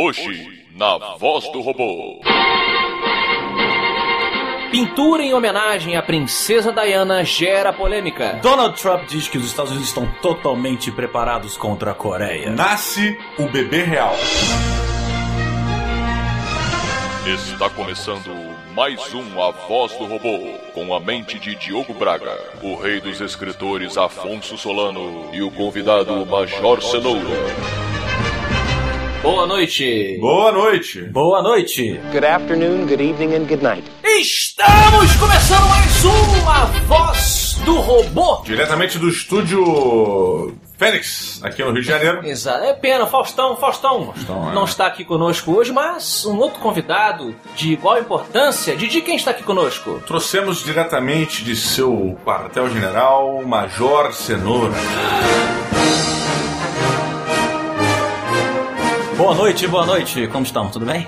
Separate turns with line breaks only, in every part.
Hoje, na voz do robô.
Pintura em homenagem à princesa Diana gera polêmica.
Donald Trump diz que os Estados Unidos estão totalmente preparados contra a Coreia.
Nasce o bebê real.
Está começando mais um A Voz do Robô, com a mente de Diogo Braga, o rei dos escritores Afonso Solano e o convidado Major Cenoura.
Boa noite.
Boa noite.
Boa noite.
Good afternoon, good evening and good night.
Estamos começando mais um A Voz do Robô.
Diretamente do estúdio Fênix, aqui no Rio de Janeiro.
Exato. É pena, Faustão, Faustão,
Faustão, é.
não está aqui conosco hoje, mas um outro convidado de igual importância. Didi, quem está aqui conosco?
Trouxemos diretamente de seu quartel-general, Major Cenoura.
Boa noite, boa noite. Como estão? Tudo bem?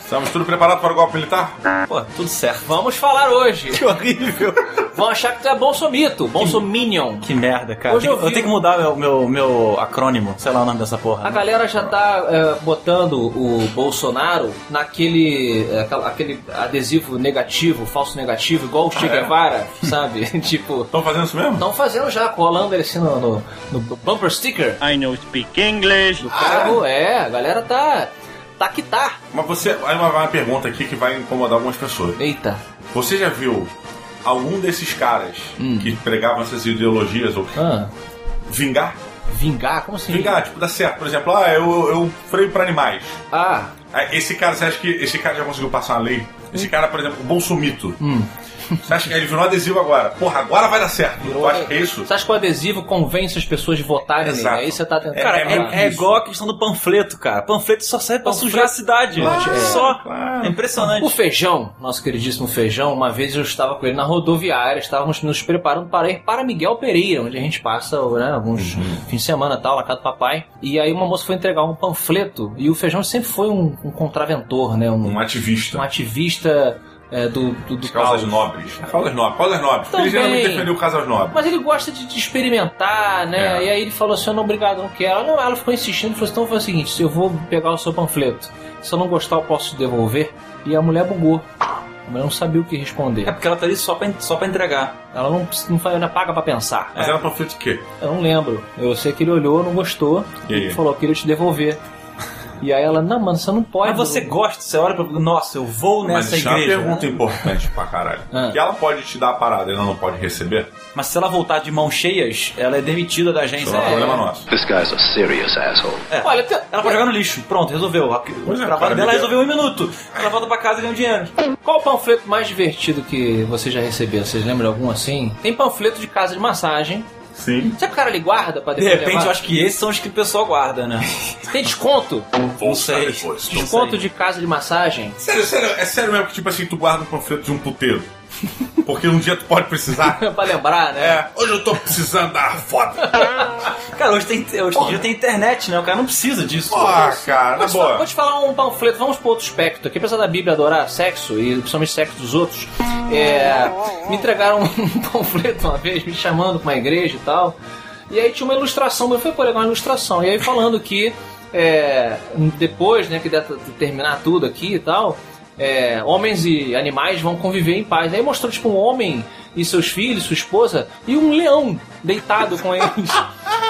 Estamos tudo preparado para o golpe militar?
Pô, tudo certo.
Vamos falar hoje.
Que horrível.
Vão achar que tu é bolsomito, bolsominion.
Que merda, cara.
Hoje
Tem-
eu vi-
um-
tenho que mudar meu, meu, meu acrônimo. Sei lá o nome dessa
A
porra.
galera já tá é, botando o Bolsonaro naquele é, aquela- aquele adesivo negativo, falso negativo, igual o Che Guevara, sabe? tipo,
Estão fazendo isso mesmo?
estão fazendo já, colando ele assim no, no, no bumper sticker.
I know speak English.
do carro, é, a galera tá. tá que tá.
Mas você. Aí uma, uma pergunta aqui que vai incomodar algumas pessoas.
Eita.
Você já viu algum desses caras que pregavam essas ideologias ou
Ah,
vingar?
vingar? Como assim?
Vingar, tipo, dá certo. Por exemplo, ah, eu, eu freio para animais.
Ah,
Ah, Esse cara, você acha que esse cara já conseguiu passar uma lei? Esse cara, por exemplo, o Bolsomito. Você acha que ele virou um adesivo agora? Porra, agora vai dar certo. Eu acho que é isso.
Você acha que o adesivo convence as pessoas de votarem nele?
Exato.
Aí você tá tentando.
Cara,
É, é muito
é, é
isso.
igual a questão do panfleto, cara. Panfleto só serve pra sujar a cidade.
Claro,
só.
claro.
É impressionante.
O Feijão, nosso queridíssimo Feijão, uma vez eu estava com ele na rodoviária, estávamos nos preparando para ir para Miguel Pereira, onde a gente passa né, alguns
Uhum.
fins de semana e tal, na casa do papai. E aí uma moça foi entregar um panfleto, e o Feijão sempre foi um, um contraventor, né? Um,
Um ativista.
um ativista é, do, do, do
Causas
caos.
nobres. né? Causas nobres. Causas nobres. Porque
Também.
Ele geralmente defendeu causas nobres.
Mas ele gosta de, de experimentar, né?
É.
E aí ele falou assim: eu não, obrigado, não quero. Não, ela ficou insistindo, falou assim: então foi o seguinte: eu vou pegar o seu panfleto. Se eu não gostar, eu posso te devolver. E a mulher bugou. A mulher não sabia o que
É
responder.
porque ela tá ali só pra, en- só pra entregar.
Ela não, não, faz- não paga pra pensar.
É.
Mas era panfleto de quê?
Eu não lembro. Eu sei que ele olhou, não gostou.
E
E
aí?
ele falou: queria te devolver. E aí ela: não, mano, você não pode.
Mas você gosta, você olha pra. Nossa, eu vou
Mas
nessa
isso é uma
igreja. né?
pergunta importante pra caralho.
Ah.
Que ela pode te dar a parada e ela não pode receber?
Mas se ela voltar de mãos cheias, ela é demitida da agência.
Isso é um problema nosso.
This guy's a serious asshole.
É.
Olha, tem-
Ela vai jogar no lixo. Pronto, resolveu. A- O
Pois é,
trabalho
cara,
dela
me
resolveu em um minuto. Ela volta pra casa e ganha um dinheiro.
Qual o panfleto mais divertido que você já recebeu? Vocês lembram de algum assim? Tem panfleto de casa de massagem.
Sim.
Será que o cara lhe guarda pra
De
depois
repente,
levar?
eu acho que esses são os que o pessoal guarda, né?
Tem desconto?
Vou
Não
usar
sei.
depois.
Não
Desconto
sei.
de casa de massagem?
Sério, sério, é sério mesmo que tipo assim, tu guarda um panfleto de um puteiro. Porque um dia tu pode precisar.
pra lembrar, né?
É, hoje eu tô precisando da foto.
Cara, hoje, tem, hoje em dia tem internet, né? O cara não precisa disso.
Porra, cara,
Vou
na
te, falar, vou
boa.
te falar um panfleto, vamos pro outro espectro aqui. Apesar da Bíblia adorar sexo, e principalmente sexo dos outros, é, me entregaram um panfleto uma vez, me chamando pra uma igreja e tal. E aí tinha uma ilustração, eu falei, pô, legal, uma ilustração. E aí falando que é, depois, né, que der terminar tudo aqui e tal, é, homens e animais vão conviver em paz. Aí mostrou, tipo, um homem e seus filhos, sua esposa, e um leão deitado com eles.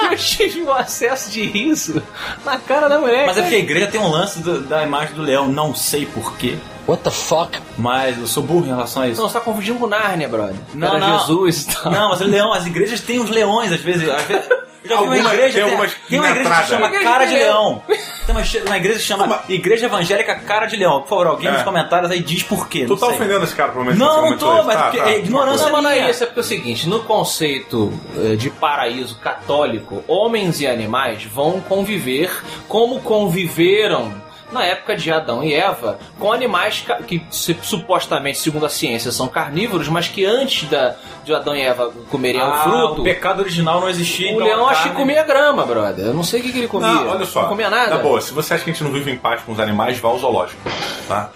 Eu tive um acesso de riso na cara da mulher.
Mas é
cara.
porque a igreja tem um lance do- da imagem do leão, não sei porquê.
What the fuck?
Mas eu sou burro em relação a isso.
Não, você tá confundindo com Nárnia, brother.
Não,
Era
não.
Jesus e tal.
Não, mas o leão, as igrejas têm uns leões, às vezes. Às vezes eu já vi uma
Algumas-
igreja.
tem algumas
tem uma igreja que
inatrada.
chama
Igreja
Cara
de
de Leão. Tem uma, che- uma igreja que chama Igreja Evangélica Cara de Leão. Por favor, alguém
É.
nos comentários aí diz por quê.
Tu
não
tá
sei.
ofendendo esse cara, provavelmente.
Não,
que você
não
comentou
tô,
isso. Tá,
mas porque é ignorância
Não, mas não é
minha.
isso, é porque é o seguinte, no conceito eh, de paraíso católico, homens e animais vão conviver como conviveram na época de Adão e Eva, com animais ca- que se- supostamente, segundo a ciência, são carnívoros, mas que antes da, de Adão e Eva comerem
Ah,
o É um fruto,
um
O pecado original não existia.
o
então a
leão acho que
carne-
comia grama, brother. Eu não sei o que, que ele comia.
Não, olha só. Tá
Não comia nada.
Na boa, se você acha que a gente não vive em paz com os animais, vá ao zoológico. Tá?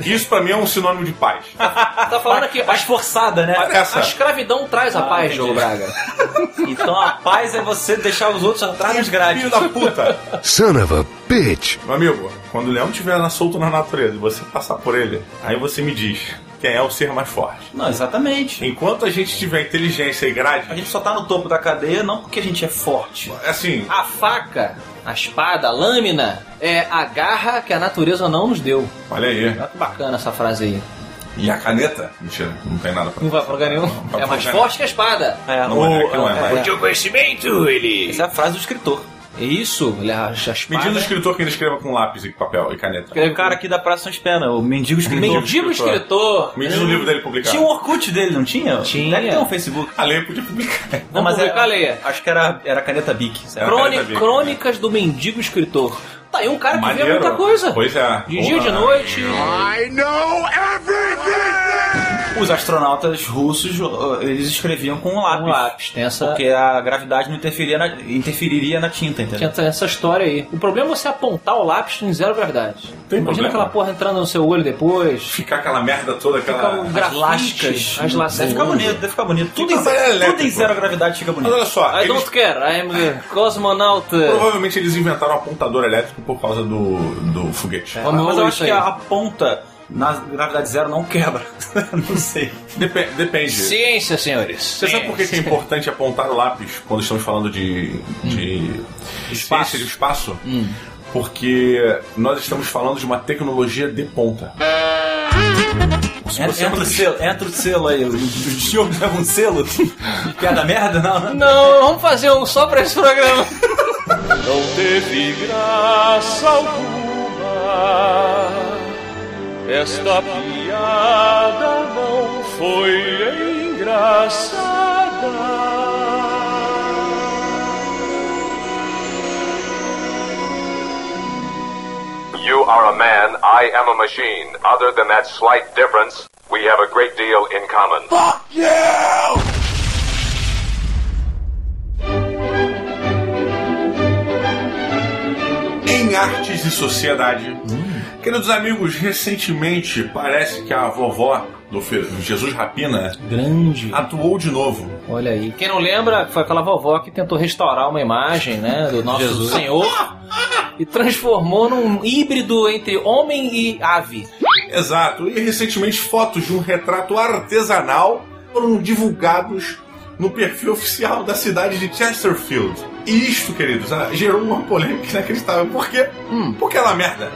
Isso pra mim é um sinônimo de paz.
Ah,
Tá falando aqui,
Paz
a,
forçada, né?
Olha
a
essa.
escravidão traz a
Ah,
paz,
entendi.
João Braga.
Então a paz é você deixar os outros atrás dos grades.
Filho da puta.
Son of a
bitch.
Meu amigo, quando o leão estiver na- solto na natureza e você passar por ele, aí você me diz quem é o ser mais forte.
Não, exatamente.
Enquanto a gente tiver inteligência e
A
grade,
gente só tá no topo da cadeia não porque a gente é forte.
assim,
A faca, a espada, a lâmina é a garra que a natureza não nos deu.
olha aí.
Olha que bacana essa frase aí.
E a caneta? Mentira, não tem nada pra
Não vai pra lugar nenhum.
Não vai
É
pra
mais
lugar
forte que a espada.
É,
Não é, que não é.
é.
o conhecimento, ele.
Essa é a frase do escritor.
É isso, ele acha a espada.
Pedindo do escritor que ele escreva com lápis e papel e caneta.
O cara aqui da Praça São Espera, o mendigo escritor.
Mendigo escritor.
Me diz o livro dele
Tinha um
publicado.
Orkut dele, não tinha?
Tinha.
Deve ter um Facebook.
A lei podia publicar.
É,
Não, mas
publicar,
era,
Leia.
acho que era, era caneta Bic.
Era.
sabe?
Crôni-
Cara, tá bem.
crônicas do mendigo escritor. Tá aí um cara que
Maneiro.
vê muita coisa.
Pois é.
De dia, de
Porra.
noite.
I know everything!
Os astronautas russos, uh, eles escreviam com um lápis.
Um lápis. Tem essa,
Porque a gravidade não interferia na- interferiria na tinta,
tem
entendeu?
essa- essa história aí. O problema é você apontar o lápis em zero gravidade.
Tem
Imagina
problema.
aquela porra entrando no seu olho depois.
Ficar aquela merda toda,
Fica
aquela.
o grafites,
lascas.
as
Deve
lacinhas.
ficar bonito, deve ficar bonito. Tudo, em,
Fica mais
zero, tudo em
elétrico.
zero gravidade fica
Mas
bonito.
olha só,
I
eles-
don't care, I'm a cosmonaut.
provavelmente eles inventaram o apontador elétrico por causa do, do foguete.
Vamos
Mas
ouvir
eu
isso
acho
aí.
que a ponta na gravidade zero não quebra. não sei.
Depe- depende.
Ciência, senhores.
Você sabe por que que é importante apontar o lápis quando estamos falando de, de
Hum.
ciência de espaço? Porque nós estamos falando de uma tecnologia de ponta. Se
En-
é um
você-
Entra o selo, entra o selo aí. O o Diogo leva um selo. Piada merda? Não, né?
Não, vamos fazer um só pra esse programa.
Não teve graça alguma. Esta piada não foi engraçada.
You are a man, I am a machine. Other than that slight difference, we have a great deal in common.
Em artes e sociedade.
Hum.
Queridos amigos, recentemente parece que a vovó do Fe- Jesus Rapina
Grande.
atuou de novo.
Olha aí. Quem não lembra, foi aquela vovó que tentou restaurar uma imagem, né, do nosso Senhor e transformou num híbrido entre homem e ave.
Exato. E recentemente fotos de um retrato artesanal foram divulgados no perfil oficial da cidade de Chesterfield. E isto, queridos, ah, gerou uma polêmica inacreditável. Por quê? Porque ela é merda.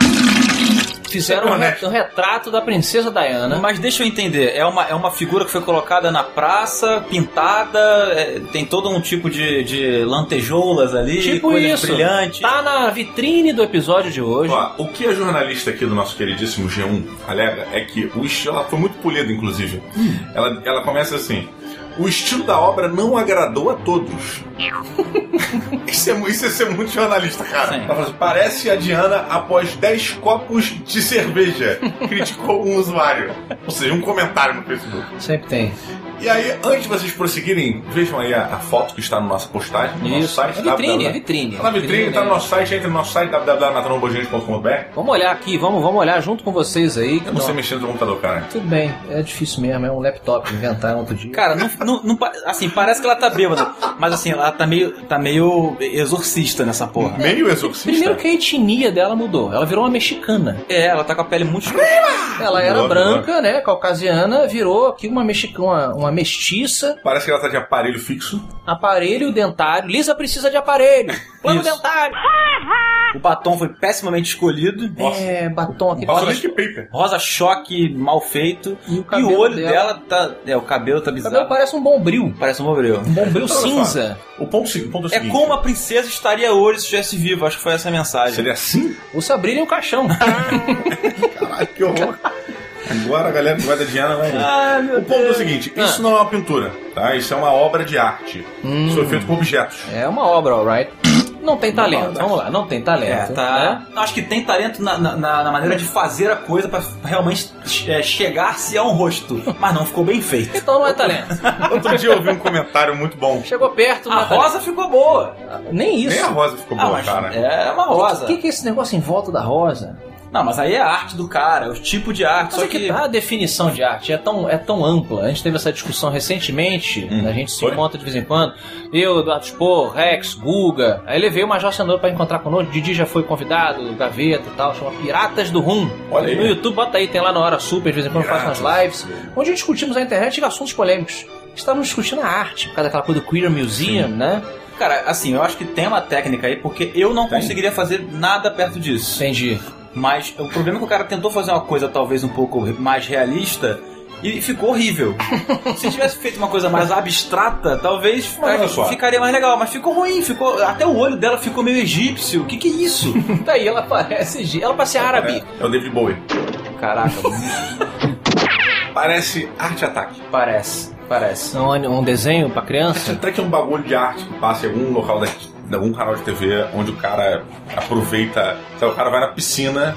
Fizeram um, re- um retrato da princesa Diana.
Né? Mas deixa eu entender, é uma, é uma figura que foi colocada na praça, pintada, é, tem todo um tipo de, de lantejoulas ali,
Tipo
coisas
isso.
brilhantes.
Tá na vitrine do episódio de hoje.
Ó, o que a jornalista aqui do nosso queridíssimo G1 alega é que o estilo, ela foi muito polida, inclusive.
Hum.
Ela, ela começa assim: o estilo da obra não agradou a todos. isso, é, mu- isso é ser muito jornalista, cara.
Sim.
Ela fala assim, Parece a Diana após 10 copos de cerveja, criticou um usuário. Ou seja, um comentário no Facebook.
Sempre tem.
E aí, antes de vocês prosseguirem, vejam aí a, a foto que está na nossa postagem, no nosso
Isso.
site.
É vitrine,
www.
é vitrine.
Tá na vitrine,
Vitrine,
tá no
é.
nosso site, entra no nosso site www.natalambogênio.com.br
Vamos olhar aqui, vamos, vamos olhar junto com vocês aí. então.
Eu não sei mexer no computador, cara.
Tudo bem, é difícil mesmo, é um laptop inventaram outro dia.
Cara, não, não- não pa- assim, parece que ela tá bêbada, mas assim, ela tá meio, tá meio exorcista nessa
Uhum.
porra.
Meio exorcista.
Primeiro que a etnia dela mudou, ela virou uma mexicana.
É, ela tá com a pele muito escura.
Ela era
Boa,
branca, né, caucasiana, virou aqui uma mexicana, uma, uma mestiça,
Parece que ela tá de aparelho fixo.
aparelho dentário. Lisa precisa de aparelho, plano
Isso.
dentário.
O batom foi pessimamente escolhido.
É, batom aqui.
Passa o link paper.
Rosa choque mal feito.
E o
E
cabelo
o olho
dela-
dela... tá. É, o cabelo tá
O cabelo
bizarro.
parece um bombril,
Parece um bombril.
um bombril
Olha só.
cinza.
O ponto, se- o ponto é o
É
seguinte.
como a princesa estaria hoje se estivesse viva, acho que foi essa a mensagem.
Seria assim?
Você brilha em um caixão.
Caralho, que horror. Agora a galera que guarda Diana vai.
Ah, meu
O ponto é o seguinte: isso não é uma pintura, tá? Isso é uma obra de arte.
Hum.
Isso foi feito com objetos.
é uma obra, alright. Não tem talento, vamos lá, não tem
É,
talento.
tá.
né?
Acho que tem talento na, na- na- na maneira de fazer a coisa pra realmente é, chegar-se a um rosto. Mas não ficou bem feito.
Então não é talento.
Outro dia eu ouvi um comentário muito bom.
Chegou perto, não
A
é talento.
rosa ficou boa. Ah,
Nem isso.
Nem a rosa ficou boa,
mas
cara.
é uma rosa.
O que, que é esse negócio em volta da rosa?
Não, mas aí é a arte do cara, é o tipo de arte.
Mas
só
é que
que.
a definição de arte é tão, é tão ampla. A gente teve essa discussão recentemente, a gente se
Hum. Foi?
encontra de vez em quando. Eu, Eduardo Spor, Rex, Guga. Aí ele veio o Major Cenoura pra encontrar conosco. Didi já foi convidado, Gaveta e tal. Chama Piratas do Rum.
Olha aí.
No YouTube, bota aí, tem lá na hora super, de vez em quando faz umas lives. Onde discutimos na internet assuntos polêmicos. Estávamos discutindo a arte, por causa daquela coisa do Queer Museum, né?
Cara, assim, eu acho que tem uma técnica aí, porque eu não conseguiria fazer nada perto disso.
Entendi.
Mas o problema é que o cara tentou fazer uma coisa talvez um pouco mais realista e ficou horrível. Se tivesse feito uma coisa mais abstrata, talvez
Mas olha só.
ficaria mais legal, mas ficou ruim, ficou. Até o olho dela ficou meio egípcio. O que, que é isso?
Daí Tá ela parece. Ela parece árabe.
É o David Bowie.
Caraca,
Parece arte-ataque.
Parece, parece.
não é um desenho pra criança?
Arte-ataque é um bagulho de arte que passa em algum local da de algum canal de TV onde o cara aproveita. Sabe, o cara vai na piscina,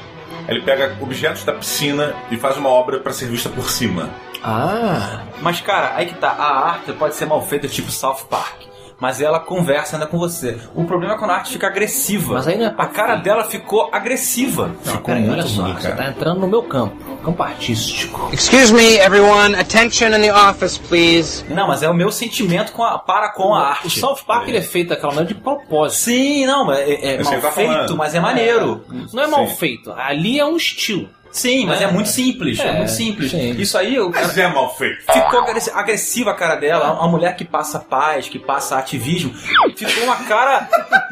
ele pega objetos da piscina e faz uma obra pra ser vista por cima.
Ah.
Mas, cara, aí que tá. A arte pode ser mal feita, tipo South Park. Mas ela conversa ainda com você. O problema é quando a arte fica agressiva.
Mas aí não é
A cara dela ficou agressiva.
Ficou
Peraí,
muito
olha só,
ruim,
você
cara.
tá entrando no meu campo, campo artístico.
Excuse me, everyone. Attention in the office, please.
Não, mas é o meu sentimento com a- para com a arte.
O South Park ele é feito daquela maneira de propósito.
Sim, não, é, é
Eu sei
mal
o que tá
feito,
falando.
mas é maneiro.
Não é mal
Sim.
feito, ali é um estilo.
Sim, mas é, muito simples. É,
É,
muito simples.
sim.
Isso aí, o cara
Mas é mal feito.
ficou agressi- agressiva a cara dela. Uma mulher que passa paz, que passa ativismo. Ficou uma cara.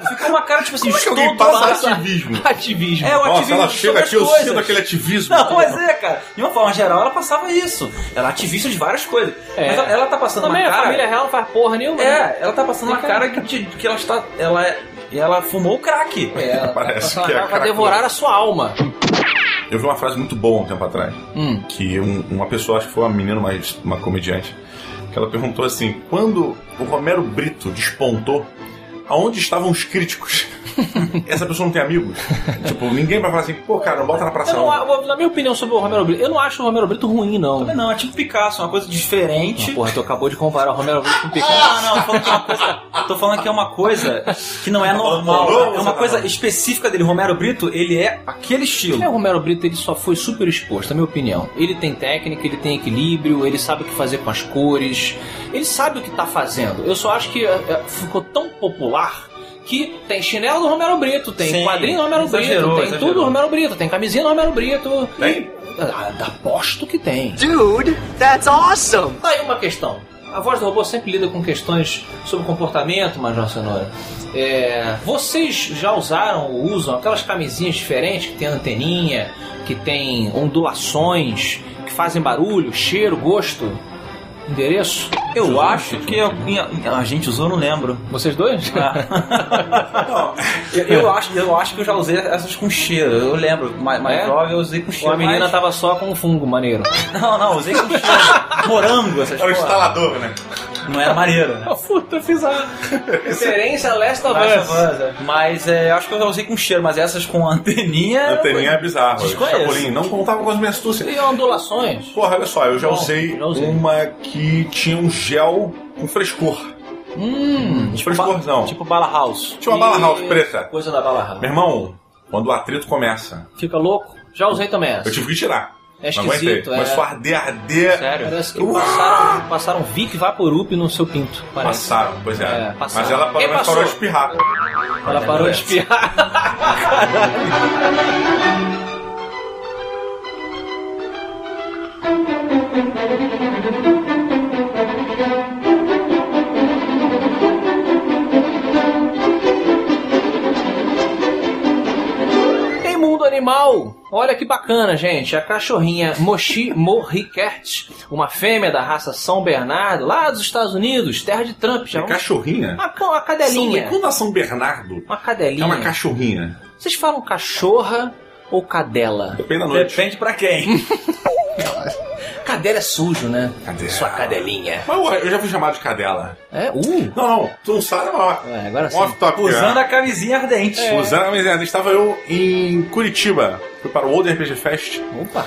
ficou uma cara, tipo assim,
Como é que alguém
estou
passa ativismo?
Ativismo.
É o
Nossa,
ativismo
ela
sobre
chega
as
aqui, eu
coisas.
sinto aquele ativismo.
Não, mas é, cara. De uma forma geral, ela passava isso. Ela é ativista de várias coisas.
É.
Mas ela, ela tá passando
Também
uma
a
cara.
família real não faz porra nenhuma. né?
É, ela tá passando uma
Tem cara-
cara que, de- que ela está. Ela, é- ela fumou o crack.
É, ela tá
Parece
passando
que
a
é
cara pra
cracudo.
devorar a sua alma.
Eu vi uma frase muito boa um tempo atrás.
Hum.
Que um- uma pessoa, acho que foi uma menina, mas uma comediante, que ela perguntou assim: quando o Romero Brito despontou, aonde estavam os críticos? Essa pessoa não tem amigos? tipo, ninguém vai falar assim, pô, cara, não bota na praça.
Eu não,
Não,
a- na minha opinião sobre o Romero Brito, eu não acho o Romero Brito ruim, não.
Mas Não, é tipo Picasso, uma coisa diferente.
Porra, tu acabou de comparar o Romero Brito com o Picasso.
Não, não, eu tô falando que é uma coisa. eu tô falando que é uma coisa que não é normal.
Não, não,
É
não,
uma
não.
coisa específica dele. Romero Brito, ele é
É,
aquele
o
estilo.
Romero Brito ele só foi super exposto, na minha opinião. Ele tem técnica, ele tem equilíbrio, ele sabe o que fazer com as cores, ele sabe o que tá fazendo. Eu só acho que é, é, ficou tão popular que tem chinelo do Romero Brito, tem
Sim,
quadrinho do Romero
exagerou,
Brito, tem
exagerou.
tudo do Romero Brito, tem camisinha do Romero Brito.
Tem?
Ah, aposto que tem.
Dude, that's awesome.
Tá aí uma questão. A voz do robô sempre lida com questões sobre comportamento, Major Cenoura. É, vocês já usaram ou usam aquelas camisinhas diferentes que tem anteninha, que tem ondulações, que fazem barulho, cheiro, gosto, endereço?
Eu acho que eu- a gente usou, eu não lembro.
Vocês dois?
Eu, eu acho, eu acho que eu já usei essas com cheiro, eu lembro. Mais, mais
É?
jovem eu usei com cheiro.
Ou a menina
mas-
tava só com um fungo maneiro?
Não, não, usei com cheiro. Morango, essas
Era o
coisas.
instalador, né?
Não era maneiro, né?
Puta, fiz a referência a Last of Us.
Mas é, eu acho que eu já usei com cheiro, mas essas com anteninha.
Anteninha é bizarro.
Desconheço.
Chapolin, não contava com as minhas astúcias.
E ondulações?
Porra, olha só, eu já
Bom,
usei,
já usei.
uma que tinha um gel com frescor.
Hum,
Um frescorzão.
Tipo Bala House.
Tinha uma bala house
e-
preta.
Coisa da bala house.
Meu irmão, quando o atrito começa,
Fica louco? Já usei também essa.
eu tive que tirar.
É
Não aguentei.
esquisito, é.
Mas Uh! arder, arder.
Parece que
Uau!
passaram, passaram Vic Vaporup no seu pinto. Parece.
Passaram, pois é.
É, passaram.
Mas ela
Quem
pelo menos
passou?
parou de espirrar.
Ela parou
é.
de espiar. Tem mundo animal. Olha que bacana, gente. A cachorrinha Moshi Morriquet, uma fêmea da raça São Bernardo, lá dos Estados Unidos, terra de Trump. Já
É
vamos...
cachorrinha?
Uma, ca- uma
São-
cadelinha.
Quando a São Bernardo
Uma cadelinha.
é uma cachorrinha.
Vocês falam cachorra ou cadela?
Depende da noite.
Depende pra quem.
Cadela é sujo, né?
Cadela.
Sua cadelinha.
Mas ué, eu já fui chamado de cadela.
É? Uh!
Não, não. Tu não sabe, ó.
É, agora sim.
Off né? top.
Usando a camisinha ardente.
É. Usando a minha. Estava eu em Curitiba. Fui para o Old RPG Fest.
Opa!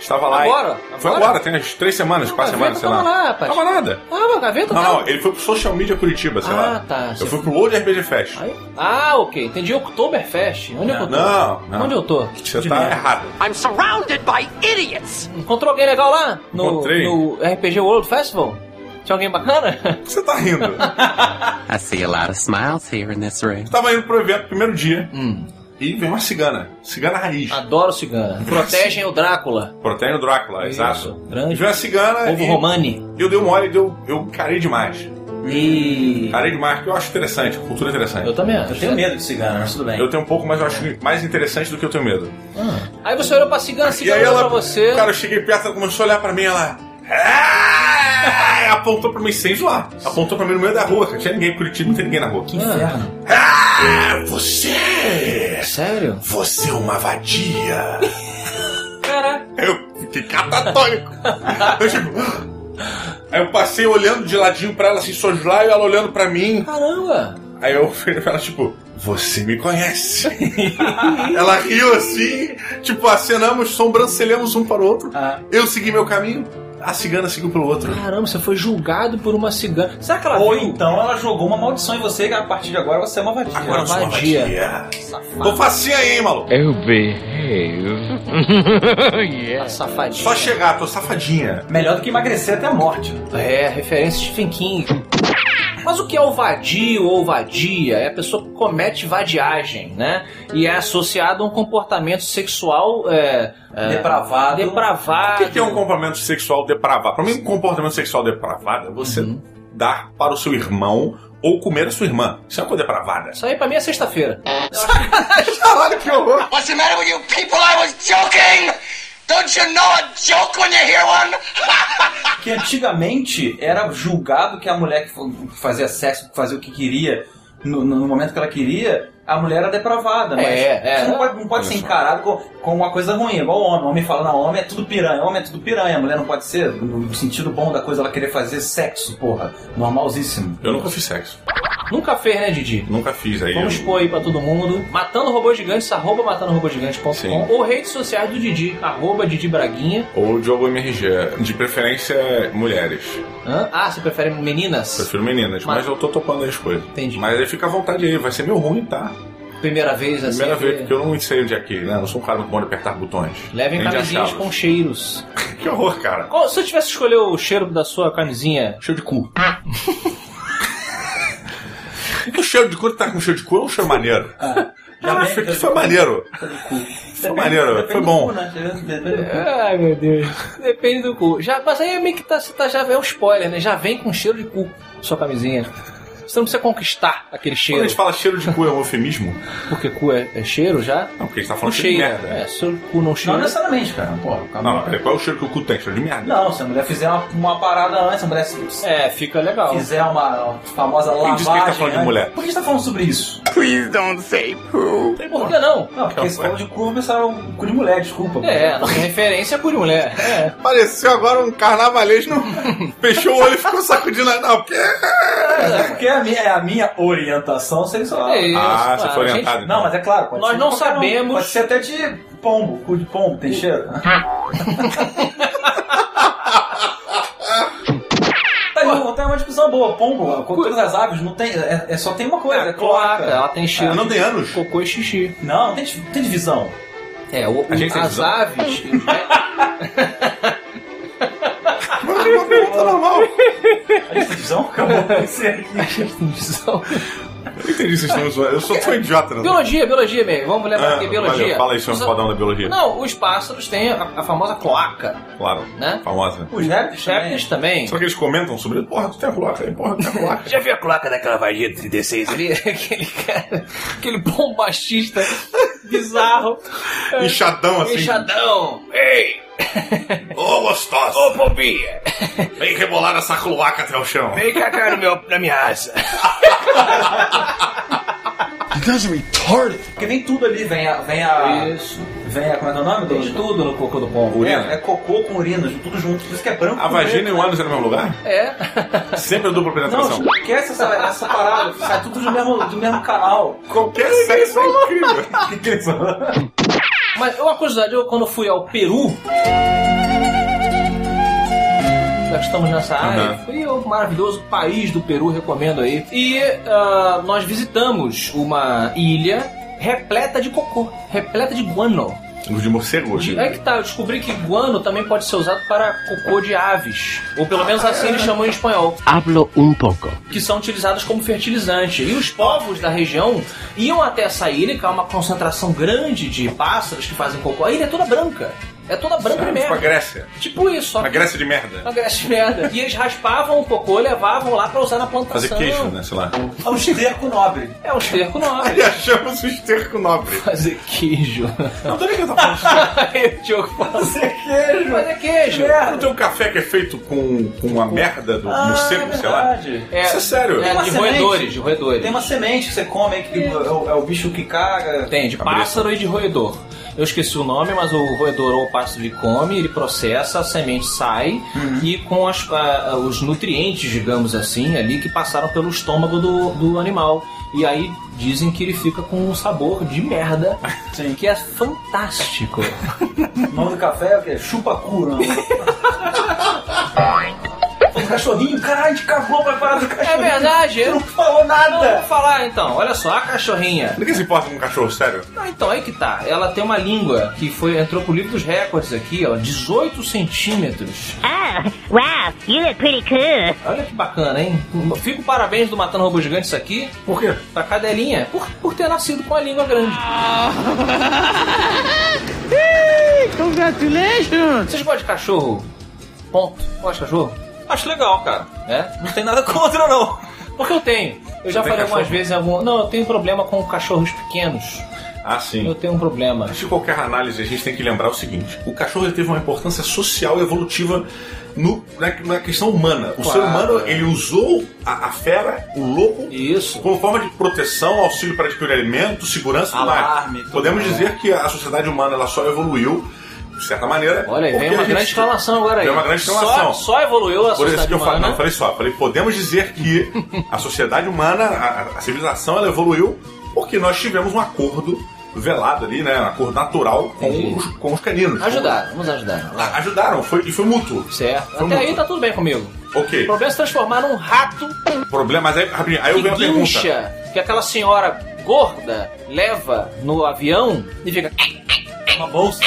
Estava lá. e-
Agora?
Foi
Agora?
agora, tem umas três semanas,
Não,
quatro
Gaveta
semanas, sei lá.
tava lá, rapaz.
Tava nada.
Ah, a gaveta
Não,
tá.
não, ele foi pro Social Media Curitiba, sei
Ah,
lá.
tá,
Eu
você-
fui pro World RPG Fest.
Aí- Ah, ok. Entendi. Oktoberfest. Onde é que eu tô?
Não, não.
Onde eu tô?
Você tá errado.
I'm surrounded by idiots!
Encontrou alguém legal lá? No,
Encontrei.
no RPG World Festival? Tinha alguém bacana?
Você tá rindo.
I see a lot of smiles here in this room.
Tava indo pro evento primeiro dia.
Hum.
E veio uma cigana. Cigana raiz.
Adoro cigana. Protegem o Drácula.
Proteína do Drácula,
Isso,
exato.
grande.
Veio uma cigana.
Povo
e
Romani.
Eu dei um mole e deu, eu carei demais.
E.
Carei demais, que eu acho interessante, cultura interessante.
Eu também
Eu
acho.
tenho medo de cigano, mas tudo bem.
Eu tenho um pouco, mas eu acho mais interessante do que eu tenho medo.
Aí você olhou pra cigana, a cigana olhou pra você.
Cara, eu cheguei perto, ela começou a olhar pra mim, ela. "Ah!" Apontou pra mim sem zoar. Apontou pra mim no meio da rua, cara. Tinha ninguém em Curitiba, não tem ninguém na rua.
Que inferno.
Ah, você!
Sério?
Você é uma vadia!
Caraca.
Eu fiquei catatônico. eu tipo. "Ah!" Aí eu passei olhando de ladinho pra ela assim, soslar, e ela olhando pra mim.
Caramba.
Aí eu falei pra ela, tipo, você me conhece. ela riu assim, tipo, acenamos, sobrancelhamos um para o outro.
Ah.
Eu segui meu caminho, a cigana seguiu pelo outro.
Caramba, você foi julgado por uma cigana. Será que ela
Ou
viu?
então ela jogou uma maldição em você e a partir de agora você é uma vadia.
Agora eu sou uma
Vadia.
vadia. Tô facinha aí, hein, maluco.
A safadinha.
Só chegar, tô safadinha.
Melhor do que emagrecer até a morte. né?
É, referência de Stephen King. Mas o que é o vadio ou vadia? É a pessoa que comete vadiagem, né? E é associado a um comportamento sexual é, é,
Depravado.
O
depravado.
que que é um comportamento sexual depravado? Pra mim, um comportamento sexual depravado é você dar para o seu irmão ou comer a sua irmã. Isso é uma coisa depravada.
Isso aí pra mim é sexta-feira.
Olha que horror!
What's the matter with you people? I was joking! Don't you know a joke when you hear one?
Que antigamente era julgado que a mulher que fa- fazia sexo, que fazia o que queria, no, no momento que ela queria, a mulher era depravada. Mas
É, é.
isso não pode, não pode ser encarado com, com uma coisa ruim, igual o homem. O homem fala, não, homem é tudo piranha, homem é tudo piranha. A mulher não pode ser, no sentido bom da coisa, ela querer fazer sexo, porra. Normalzíssimo.
Eu nunca fiz sexo.
Nunca fez, né, Didi?
Nunca fiz aí.
Vamos
eu-
expor aí pra todo mundo. Matando Robôs Gigantes, arroba matandorobôsgigantes.com
Sim.
ou redes sociais do Didi, arroba Didi Braguinha.
Ou jogo MRG. De preferência, mulheres.
Hã? Ah, você prefere meninas?
Prefiro meninas, mas,
Mas-
eu tô topando as coisas.
Entendi.
Mas aí fica à vontade aí, vai ser meu ruim, tá?
Primeira vez, assim.
Primeira vez,
que-
porque eu não sei onde é que, né? Eu não sou um cara muito bom de apertar botões.
Levem
Nem de
camisinhas
achá-los.
com cheiros.
Que horror, cara.
Qual- se eu tivesse que escolher o cheiro da sua camisinha, cheiro de cu.
O cheiro de cu tá com cheiro de cu é um cheiro maneiro. Cara,
bem,
foi,
eu-
foi maneiro. Foi maneiro, foi bom.
né?
Ai, meu Deus. Depende do cu. Já, mas aí é meio que tá, você tá- já é um spoiler, né? Já vem com cheiro de cu sua camisinha. Você não precisa conquistar aquele
Quando a
cheiro.
gente fala cheiro de cu é um eufemismo,
Porque cu é, é cheiro já?
não, porque a gente tá
Não
falando cheiro de
cheira.
merda.
É, se o cu não
Não
cheira.
necessariamente, cara. Porra, calma.
Não, não, peraí, qual é o cheiro que o cu tem? Cheiro de merda.
Não, se a mulher fizer uma, uma parada antes, a mulher se- se
É, fica legal.
fizer uma, famosa lavagem...
disse que ele tá falando de
antes-
mulher?
Por que a gente tá falando sobre isso?
Please don't say poo.
Por que não?
Não, porque
é.
esse falou de curva, pensaram um cu de mulher, desculpa.
É, a nossa referência é cu de mulher. É.
Pareceu agora um carnavalês no. Fechou o olho e ficou sacudindo. Não, porque.
É porque a minha, a minha orientação seria só...
É isso.
Ah, você
cara.
foi
Gente,
orientado. então.
Não, mas é claro, pode
Nós
ser de
não
qualquer um.
sabemos.
Pode ser até de pombo, cu de pombo, tem cheiro? tá aí, uma- tá uma discussão boa, pombo, com todas as aves, não tem, é, é só tem uma coisa, é,
É,
cloaca.
cloaca, ela tem cheiro.
Ah, não
de
tem anos?
Cocô e xixi.
Não, não tem, di- tem divisão.
É, o,
A gente
o-
tem
as
visão?
aves. né? é
Tá normal.
A gente tem divisão? Acabou.
Tá Eu entendi vocês estão zoando. Eu sou tão idiota, né? Ah,
biologia, biologia, mesmo. Vamos lembrar aqui, biologia.
Valeu, fala aí, senhor
Os-
fodão da biologia.
Não, os pássaros têm a, a famosa cloaca,
Claro,
né?
famosa.
Os répteis
Os
também.
répteis também.
Só que eles comentam sobre isso. Porra, tu tem a cloaca aí, porra, tu tem a cloaca.
Já viu a cloaca daquela vagia de 36 ali? aquele cara, aquele bombachista bizarro, É.
Inchadão assim.
fechadão. Ei,
Ô, gostosa!
ô pombinha,
Vem rebolar essa cloaca até o chão.
vem cagar no meu, na minha asa.
Porque nem tudo ali vem a. Vem a.
Isso.
Vem a. Como é que é o nome?
Tem de
Do-
tudo no cocô do pombo.
Urina.
É, é cocô com urina, tudo junto. Por isso que é branco.
A
com
vagina e
preto.
o ânus é no mesmo lugar?
É.
Sempre a dupla penetração.
Não, esquece essa, essa parada. Sai tudo do mesmo, do mesmo canal.
Qualquer sexo é incrível.
Que que é isso?
Mas uma curiosidade, eu quando fui ao Peru. Já que estamos nessa área,
Aham.
fui ao maravilhoso país do Peru, recomendo aí. E ah, nós visitamos uma ilha repleta de cocô, repleta de guano.
Os Tipo, de morcego hoje.
De- É que tá, eu descobri que guano também pode ser usado para cocô de aves. Ou pelo menos assim eles chamam em espanhol.
Hablo un poco.
Que são utilizados como fertilizante. E os povos da região iam até essa ilha, que é uma concentração grande de pássaros que fazem cocô. A ilha é toda branca. É toda branca
Tipo a
mesmo.
Grécia.
Tipo isso, só
A
que
Grécia de merda.
uma graça de merda. E eles raspavam o cocô, levavam lá pra usar na plantação.
Fazer queijo, né? Sei lá.
É um esterco nobre.
É um esterco
E
nobre.
achamos o esterco nobre.
Fazer queijo.
Não tô nem que eu tô
tá
falando.
Aí o Diogo fala assim,
Fazer queijo.
fazer queijo.
Não tem um café que é feito com, com a merda do
Ah,
morcego, sei lá.
verdade.
Isso é sério.
É, de
Uma
roedores,
semente.
de roedores.
É, Tem uma semente que você come, que é, o, é o bicho que caga.
Tem, de pássaro e de roedor. Eu esqueci o nome, mas o roedor ou o pássaro ele come, ele processa, a semente sai
Uhum.
e com as- a- os nutrientes, digamos assim, ali que passaram pelo estômago do, do animal. E aí dizem que ele fica com um sabor de merda,
Sim.
que é fantástico.
O nome do café é o quê? Chupa-cu, não. O cachorrinho, caralho, de cagou pra parar do
é
cachorrinho. É.
verdade,
Você
eu
não falou
não vou
nada.
falar então. Olha só, a cachorrinha.
Ninguém se importa com um cachorro, sério.
Ah, então, aí que tá. Ela tem uma língua que foi entrou pro livro dos recordes aqui, ó, 18 centímetros.
Oh, wow, you look pretty cool.
Olha que bacana, hein? Fico parabéns do Matando Robô Gigante isso aqui.
Por quê?
Pra cadelinha, por, por ter nascido com a língua grande.
Congratulations!
Vocês gostam de cachorro? Ponto. Gosta de cachorro?
Acho legal, cara.
É?
Não tem nada contra, não.
Porque eu tenho. Eu já
tem
falei algumas
cachorro?
vezes em algum. Não, eu tenho problema com cachorros pequenos.
Ah,
Eu
sim.
tenho um problema.
Antes de qualquer análise, a gente tem que lembrar o seguinte: o cachorro ele teve uma importância social e evolutiva no, na, na questão humana. O
Claro.
ser humano ele usou a, a fera, o lobo,
Isso.
como forma de proteção, auxílio para adquirir alimento, segurança e tudo mais.
Alarme, tudo
Podemos
mais.
dizer que a sociedade humana ela só evoluiu, de certa maneira.
Olha aí, vem uma
porque a gente-
grande exclamação agora aí.
Vem uma grande
Só-
exclamação.
Só, evoluiu a
Por isso
sociedade
que eu falei, não, eu
humana. né?
falei só, eu falei, podemos dizer que a sociedade humana, a, a civilização, ela evoluiu porque nós tivemos um acordo velado ali, né? Um acordo natural
Entendi.
com os, com os caninos.
Ajudar, vamos ajudar.
A- Ajudaram, foi, e foi mútuo.
Certo.
Ah, Foi
Até
mútuo.
aí tá tudo bem comigo. O
Ok.
problema é se transformar num rato
Problema, mas aí, rapidinho, aí eu
que
venho a pergunta.
guincha, que aquela senhora gorda leva no avião e fica.
Uma bolsa.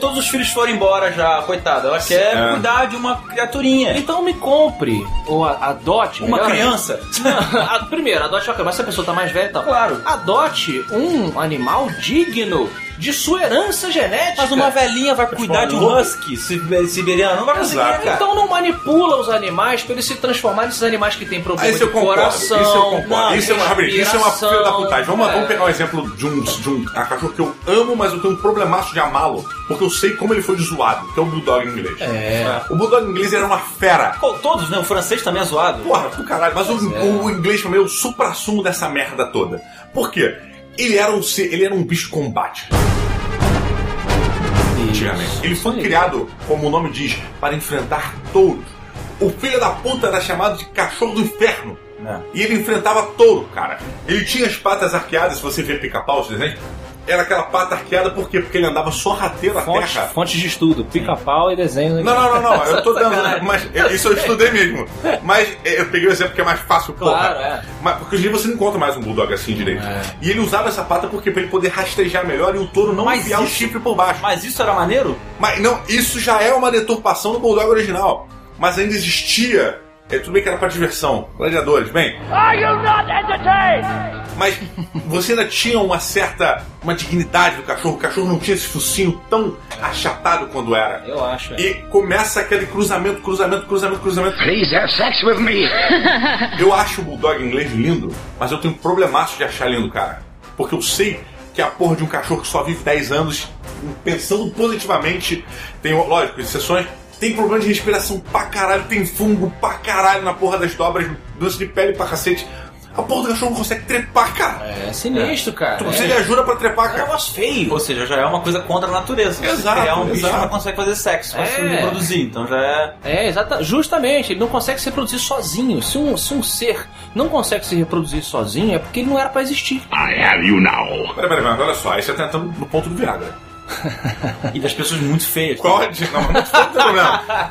Todos os filhos foram embora já, coitada. Ela quer
É.
cuidar de uma criaturinha.
Então me compre, ou a- adote.
Uma
melhor, né?
criança.
A- Primeiro, adote uma criança, mas se a pessoa tá mais velha e tal.
Claro.
Adote um animal digno de sua herança genética.
Mas uma velhinha vai cuidar de um
Transforma.
husky sib- siberiano. Não vai conseguir, né,
Exato.
cara.
Então não manipula os animais pra eles se transformarem nesses animais que têm
Ah,
problema
isso
de
eu concordo. Isso
coração.
eu concordo.
não,
isso, é uma, rapidinho, isso é uma filha da
respiração,
putagem. Vamos,
é.
vamos pegar um exemplo de um, de um a cachorro que eu amo, mas eu tenho um problemaço de amá-lo. Porque eu sei como ele foi zoado, que é o Bulldog inglês.
É.
O Bulldog inglês era uma fera.
Pô, todos, né? O francês também é zoado.
Porra, do caralho, mas o, o inglês pra mim é o supra-sumo dessa merda toda. Por quê? Ele era um ser, ele era um bicho de combate. Antigamente. Ele foi criado, como o nome diz, para enfrentar touros. O filho da puta era chamado de cachorro do inferno.
É.
E ele enfrentava touro, cara. Ele tinha as patas arqueadas, se você ver pica-pau, se desenho, era aquela pata arqueada por quê? Porque ele andava sorrateiro a
Fontes,
terra.
fontes de estudo, pica-pau e desenho.
Não, não, não, não. Eu tô dando. Mas isso eu estudei mesmo. Mas é, eu peguei o exemplo que é mais fácil,
Claro,
porra.
é.
Mas, porque hoje em dia você não encontra mais um bulldog assim direito. E ele usava essa pata porque pra ele poder rastejar melhor e o touro não
Mas
enfiar o
isso-
chifre por baixo.
Mas isso era maneiro?
Mas não, isso já é uma deturpação do bulldog original. Mas ainda existia. É, tudo bem que era pra diversão, gladiadores, bem.
Are you not entertained?
Mas você ainda tinha uma certa. uma dignidade do cachorro. O cachorro não tinha esse focinho tão achatado quando era.
Eu acho. é.
E começa aquele cruzamento, cruzamento, cruzamento, cruzamento.
Please have sex with me.
Eu acho o Bulldog inglês lindo, mas eu tenho um problemaço de achar lindo, cara. Porque eu sei que a porra de um cachorro que só vive 10 anos, pensando positivamente, tem, lógico, exceções, tem problema de respiração pra caralho, tem fungo pra caralho na porra das dobras, doença de pele pra cacete. A porra do cachorro consegue trepar, cara.
É sinistro, cara.
Tu precisa de ajuda pra trepar, cara. É um
negócio feio.
Ou seja, já é uma coisa contra a natureza. Você
Exato,
criar um bicho
exato.
que não consegue fazer sexo, mas
É.
se reproduzir, então já é.
É, exata, justamente, ele não consegue se reproduzir sozinho. Se um, se um ser não consegue se reproduzir sozinho, é porque ele não era pra existir.
I have you now. Peraí, peraí, mas olha só, aí você tá entrando no ponto do Viagra.
E das pessoas muito feias.
Qual? Não, mas não tem problema.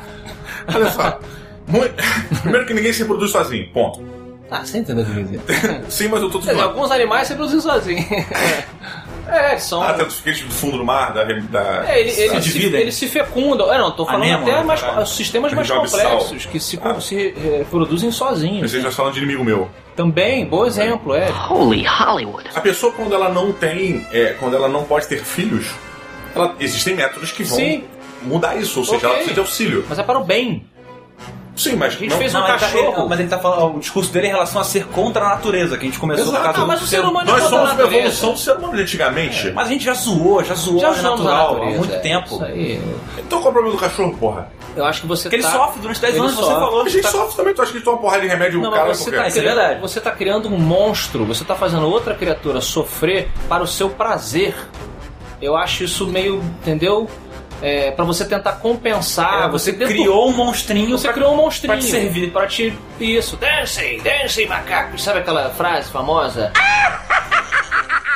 Olha só. Muito- Primeiro que ninguém se reproduz sozinho, ponto.
Ah, você entendeu o que eu quis dizer.
Sim, mas eu tô te
Quer dizer,
falando.
alguns animais se reproduzem sozinhos. É, são.
tá.
Ah, tem os peixes do fundo do mar, da... da
É, ele, ele
Ah,
da-
se, ele se fecunda. É, não, tô falando
Anêmona,
né?
até mais,
caralho.
É
sistemas mais
Joga sal.
complexos que se,
Ah.
se eh, produzem sozinhos.
Vocês já falam de inimigo meu.
Também, bom exemplo, é.
Holy Hollywood. A pessoa, quando ela não tem, é, quando ela não pode ter filhos, ela- existem métodos que vão
Sim.
mudar isso, ou seja,
Ok.
ela precisa de auxílio.
Mas é para o bem.
Sim, mas
A gente
não-
fez
não,
um
ele tá-
cachorro.
Ele- mas ele tá falando, o discurso dele é em relação a ser contra a natureza, que a gente começou
Exato.
por causa
Ah,
do
mas o ser humano é
Nós
contra a
somos uma
natureza.
evolução
do ser humano de antigamente.
É,
Mas a gente já zoou, já zoou,
Já
é
zoamos a
natural
natureza,
há muito
é,
tempo.
isso aí.
Então qual é o problema do cachorro, porra?
Eu acho que você
Porque ele
tá-
sofre durante 10
ele
anos, você
sofre.
falou.
A gente sofre também, tu acha que toma uma porrada de remédio
tá- Não,
o cara
mas você
qualquer.
tá,
isso é
criando-
verdade.
você tá criando um monstro, você tá fazendo outra criatura sofrer para o seu prazer. Eu acho isso meio, entendeu? É, para você tentar compensar.
É, você criou um monstrinho
Você
pra-
criou um monstrinho.
pra te servir.
Pra te. Isso. Dancem, dancem, macacos. Sabe aquela frase famosa?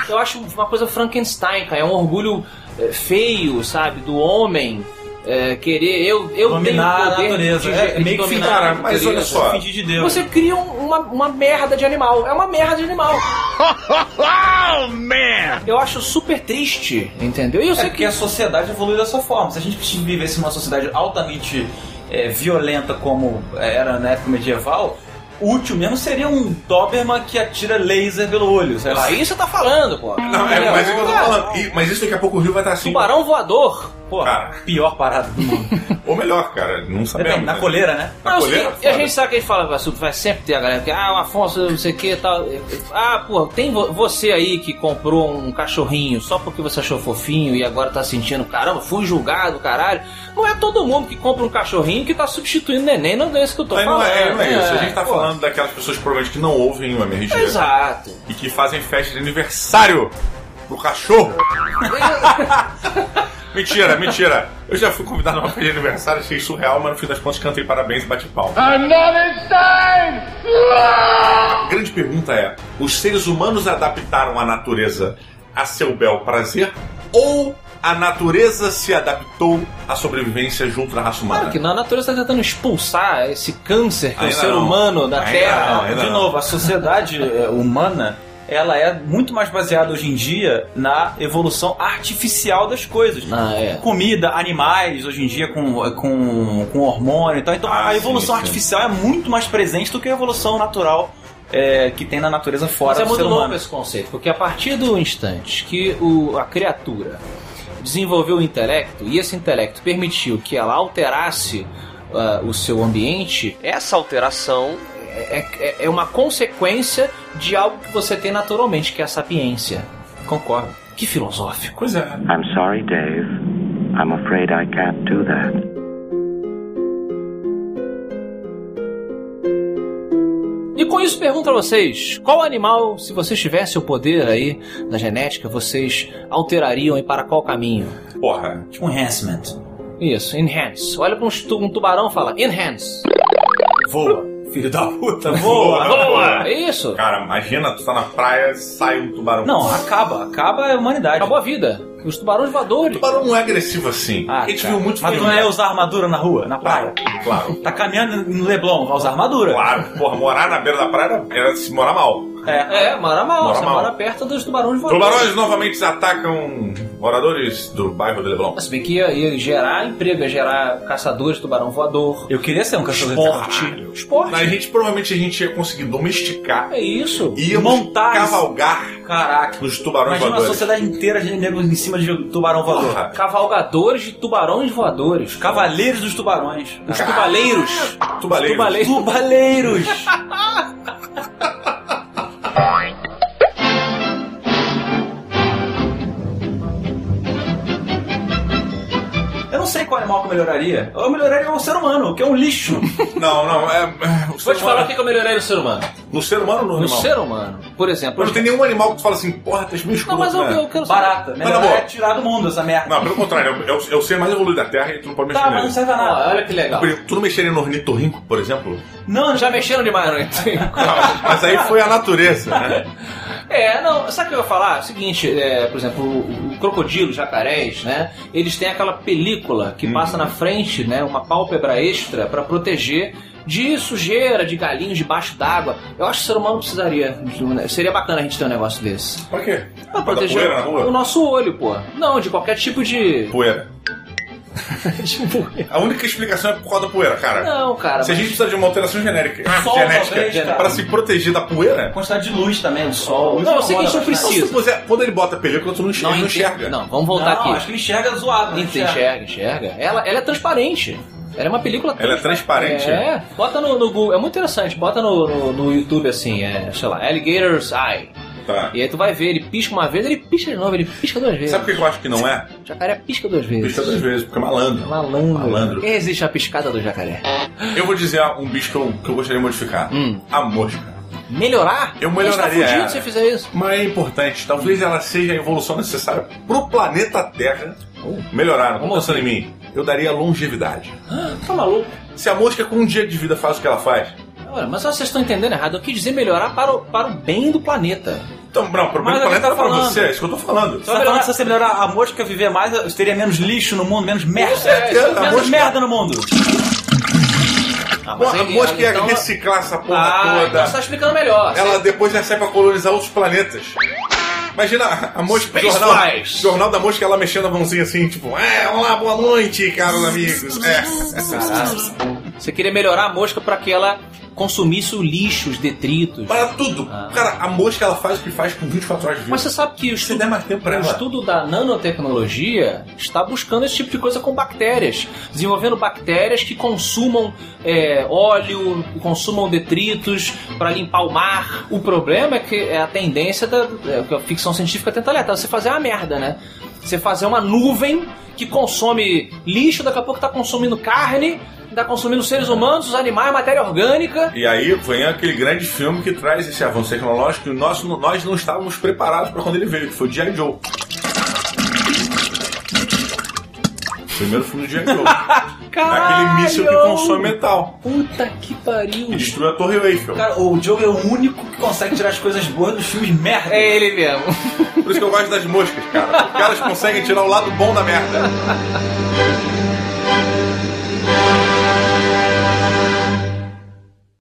Eu acho uma coisa Frankenstein, cara. É um orgulho é, feio, sabe? Do homem é, querer. Eu, eu
Dominar
tenho
a
o poder
natureza.
de-
É,
de
é meio que
dominar
fingir-
a
mas olha
natureza.
só. Fingir de Deus.
Você cria um- uma, uma merda de animal. É uma merda de animal. oh, man! Eu acho super triste, entendeu? E eu sei
é que a sociedade evolui dessa forma. Se a gente vivesse numa sociedade altamente é, violenta como era na época medieval, útil mesmo seria um Doberman que atira laser pelo olho, sei lá.
Aí você tá falando, pô. É,
Não, é, mas é o que eu tô falando. E- mas isso daqui a pouco o Rio vai estar assim.
Tubarão voador.
Pô,
Cara,
pior parada do mundo.
Ou melhor, cara,
É,
não sabemos.
Depende, na
né?
coleira, né?
Na
Não,
coleira,
sim, e a gente sabe que a gente fala, vai, vai sempre ter a galera que, ah, o Afonso, não sei o que tal. Ah, pô, tem vo- você aí que comprou um cachorrinho só porque você achou fofinho e agora tá sentindo, caramba, fui julgado, caralho. Não é todo mundo que compra um cachorrinho que tá substituindo neném, não é isso que eu tô
Mas
falando.
não é, não é isso. A gente tá
pô.
falando daquelas pessoas provavelmente que não ouvem o MRG.
Exato.
E que fazem festa de aniversário pro cachorro. mentira, mentira. Eu já fui convidado a uma festa de aniversário, achei surreal, mas no fim das contas cantei parabéns e bate pau.
Ah.
Another time!
A grande pergunta é: os seres humanos adaptaram a natureza a seu bel prazer ou a natureza se adaptou à sobrevivência junto da raça humana?
Claro que não, a natureza está tentando expulsar esse câncer que é o
Ainda
ser
não.
humano da
Ainda
Terra.
não, ainda
né? De
não.
novo, a sociedade é, humana ela é muito mais baseada hoje em dia na evolução artificial das coisas.
Ah, é.
Comida, animais, hoje em dia com, com, com hormônio e tal. Então
Ah,
a
sim,
evolução
sim.
artificial é muito mais presente do que a evolução natural é, que tem na natureza fora
Mas é
do ser
muito louco
humano.
esse conceito, porque a partir do instante que o, a criatura desenvolveu o intelecto e esse intelecto permitiu que ela alterasse ah, o seu ambiente, essa alteração é, é- é uma consequência de algo que você tem naturalmente, que é a sapiência.
Concordo.
Que filosófico.
Pois é.
I'm sorry, Dave. I'm afraid I can't do that.
E com isso pergunto a vocês, qual animal, se vocês tivessem o poder aí na genética, vocês alterariam e para qual caminho?
Porra.
Tipo um enhancement.
Isso, enhance. Olha para um, tu- um tubarão e fala, enhance.
Voa, filho da puta,
Voa,
voa,
voa.
voa.
É isso.
Cara, imagina, tu tá na praia, sai um tubarão.
Não, acaba, acaba a humanidade.
Acabou a vida. Os tubarões voadores.
O tubarão não é agressivo assim.
Ah,
a
tá.
gente
cara.
viu muito
Mas
filme.
não é usar armadura na rua, na praia.
Claro, claro.
Tá caminhando no Leblon, vai usar armadura.
Claro, porra, morar na beira da praia era, era se morar mal.
É.
É, mora mal.
Mora
você
mal.
mora perto dos tubarões voadores.
Tubarões novamente atacam moradores do bairro do Leblon.
Se bem que ia, ia gerar emprego, ia gerar caçadores de tubarão voador.
Eu queria ser um cachorro
Esporte.
de
Esporte.
A gente provavelmente a gente ia conseguir domesticar
É isso.
e
Montar isso.
cavalgar
Caraca.
nos tubarões
Imagina uma
voadores.
sociedade inteira de negros em cima de tubarão voador.
Porra.
Cavalgadores de tubarões voadores.
Cavaleiros dos tubarões.
Os tubaleiros.
Tubaleiros.
Tubaleiros.
Tubaleiros! Eu não sei qual animal que eu melhoraria. Eu melhoraria o ser humano, que é um lixo.
Não, não, é. é o
Vou te falar o que que eu melhoraria no ser humano.
No ser humano ou no
No
animal?
ser humano, por exemplo.
Mas não tem nenhum animal que tu fala assim, porra, tá meio escuro.
Não, mas eu,
né?
eu quero saber.
Barata.
Mas na
Melhor
boa.
é tirar do mundo essa merda.
Não, pelo contrário, é o, é o ser mais evoluído da Terra e tu não pode mexer
Tá, mas não
nele.
serve a nada.
Ó, olha que legal.
Por exemplo, Tu não mexeria no ornitorrinco, por exemplo?
Não, já
Já mexeram demais, né?
Não, mas aí foi a natureza, né?
É, não, sabe o que eu ia falar? Seguinte, é, por exemplo, o, o crocodilo, os jacarés, né? Eles têm aquela película
Uhum.
que passa na frente, né? Uma pálpebra extra pra proteger de sujeira, de galinhos debaixo d'água. Eu acho que o ser humano precisaria. de um- Seria bacana a gente ter um negócio desse.
Pra quê?
Pra
dar
proteger
poeira na
o
rua?
nosso olho, pô. Não, de qualquer tipo de.
Poeira. tipo A única explicação é por causa da poeira, cara.
Não, cara. mas-
Se a
Ah,
gente precisa de uma alteração genérica,
Sol,
genética
talvez, cara.
para se proteger da poeira,
Quantidade de luz também, do sol.
Não, eu sei que isso
Isso
eu
incomoda bastante.
preciso.
se puser, quando ele bota a película, tu não enxerga.
Não,
Não,
ente-
enxerga.
Não, vamos voltar
não,
aqui.
acho que ele Ah, enxerga zoado. não
Enxerga, enxerga, enxerga. Ela, ela é transparente. Ela é uma película
Ela é transparente,
É, bota no, no Google, é muito interessante, bota no, no, no YouTube assim, é, sei lá, Alligator's Eye.
Tá.
E aí tu vai ver, ele pisca uma vez, ele pisca de novo, ele pisca duas vezes.
Sabe por que eu acho que não é?
O jacaré pisca duas vezes.
Pisca duas vezes, porque é malandro.
Malandro.
Malandro.
Quem Existe a piscada do jacaré.
Eu vou dizer um bicho que eu, que eu gostaria de modificar.
Hum.
A mosca.
Melhorar?
Eu
A gente
melhoraria
tá fudido
ela.
se você fizer isso.
Mas é importante, talvez ela seja a evolução necessária pro planeta Terra melhorar. Não tô pensando em mim. Eu daria longevidade.
Ah, tá maluco.
Se a mosca com um dia de vida faz o que ela faz,
Olha, mas vocês estão entendendo errado. Eu quis dizer melhorar para o, para o bem do planeta.
então, não, o problema
Mas
do
alguém
planeta
tá
é pra
falando.
você, é isso que eu tô falando.
Você tá falando que se você melhorar a mosca viver mais, eu teria menos lixo no mundo, menos merda.
certeza, a
menos
mosca-
merda no mundo.
Ah,
Bom,
mas
a
aí-
mosca ia
então-
reciclar essa porra
Ah,
toda.
então você tá explicando melhor.
Ela depois recebe pra colonizar outros planetas. Imagina a- a mosca.
Space
Jornal,
flies.
jornal da mosca, ela mexendo a mãozinha assim, tipo, é, olá, boa noite, caros amigos. É.
Você queria melhorar a mosca para que ela consumisse o lixo, os detritos.
Para tudo. Cara, a mosca ela faz o que faz com 24 horas de vida.
Mas você sabe que o
se
estudo,
der mais tempo pra
o
ela.
estudo da nanotecnologia está buscando esse tipo de coisa com bactérias. Desenvolvendo bactérias que consumam é, óleo, que consumam detritos para limpar o mar. O problema é que é a tendência da é, que a ficção científica tenta alertar. Você fazer uma merda, né? Você fazer uma nuvem que consome lixo, daqui a pouco está consumindo carne, está consumindo seres humanos, os animais, matéria orgânica.
E aí vem aquele grande filme que traz esse avanço tecnológico e nós, nós não estávamos preparados para quando ele veio, que foi o G.I. Joe. Primeiro filme do G.I. Joe. Aquele míssil que consome metal
Puta que pariu.
e destruiu a Torre Eiffel.
Cara, o Diogo é o único que consegue tirar as coisas boas dos filmes merda.
É ele mesmo.
Por isso que eu gosto das moscas, cara. Porque elas conseguem tirar o lado bom da merda.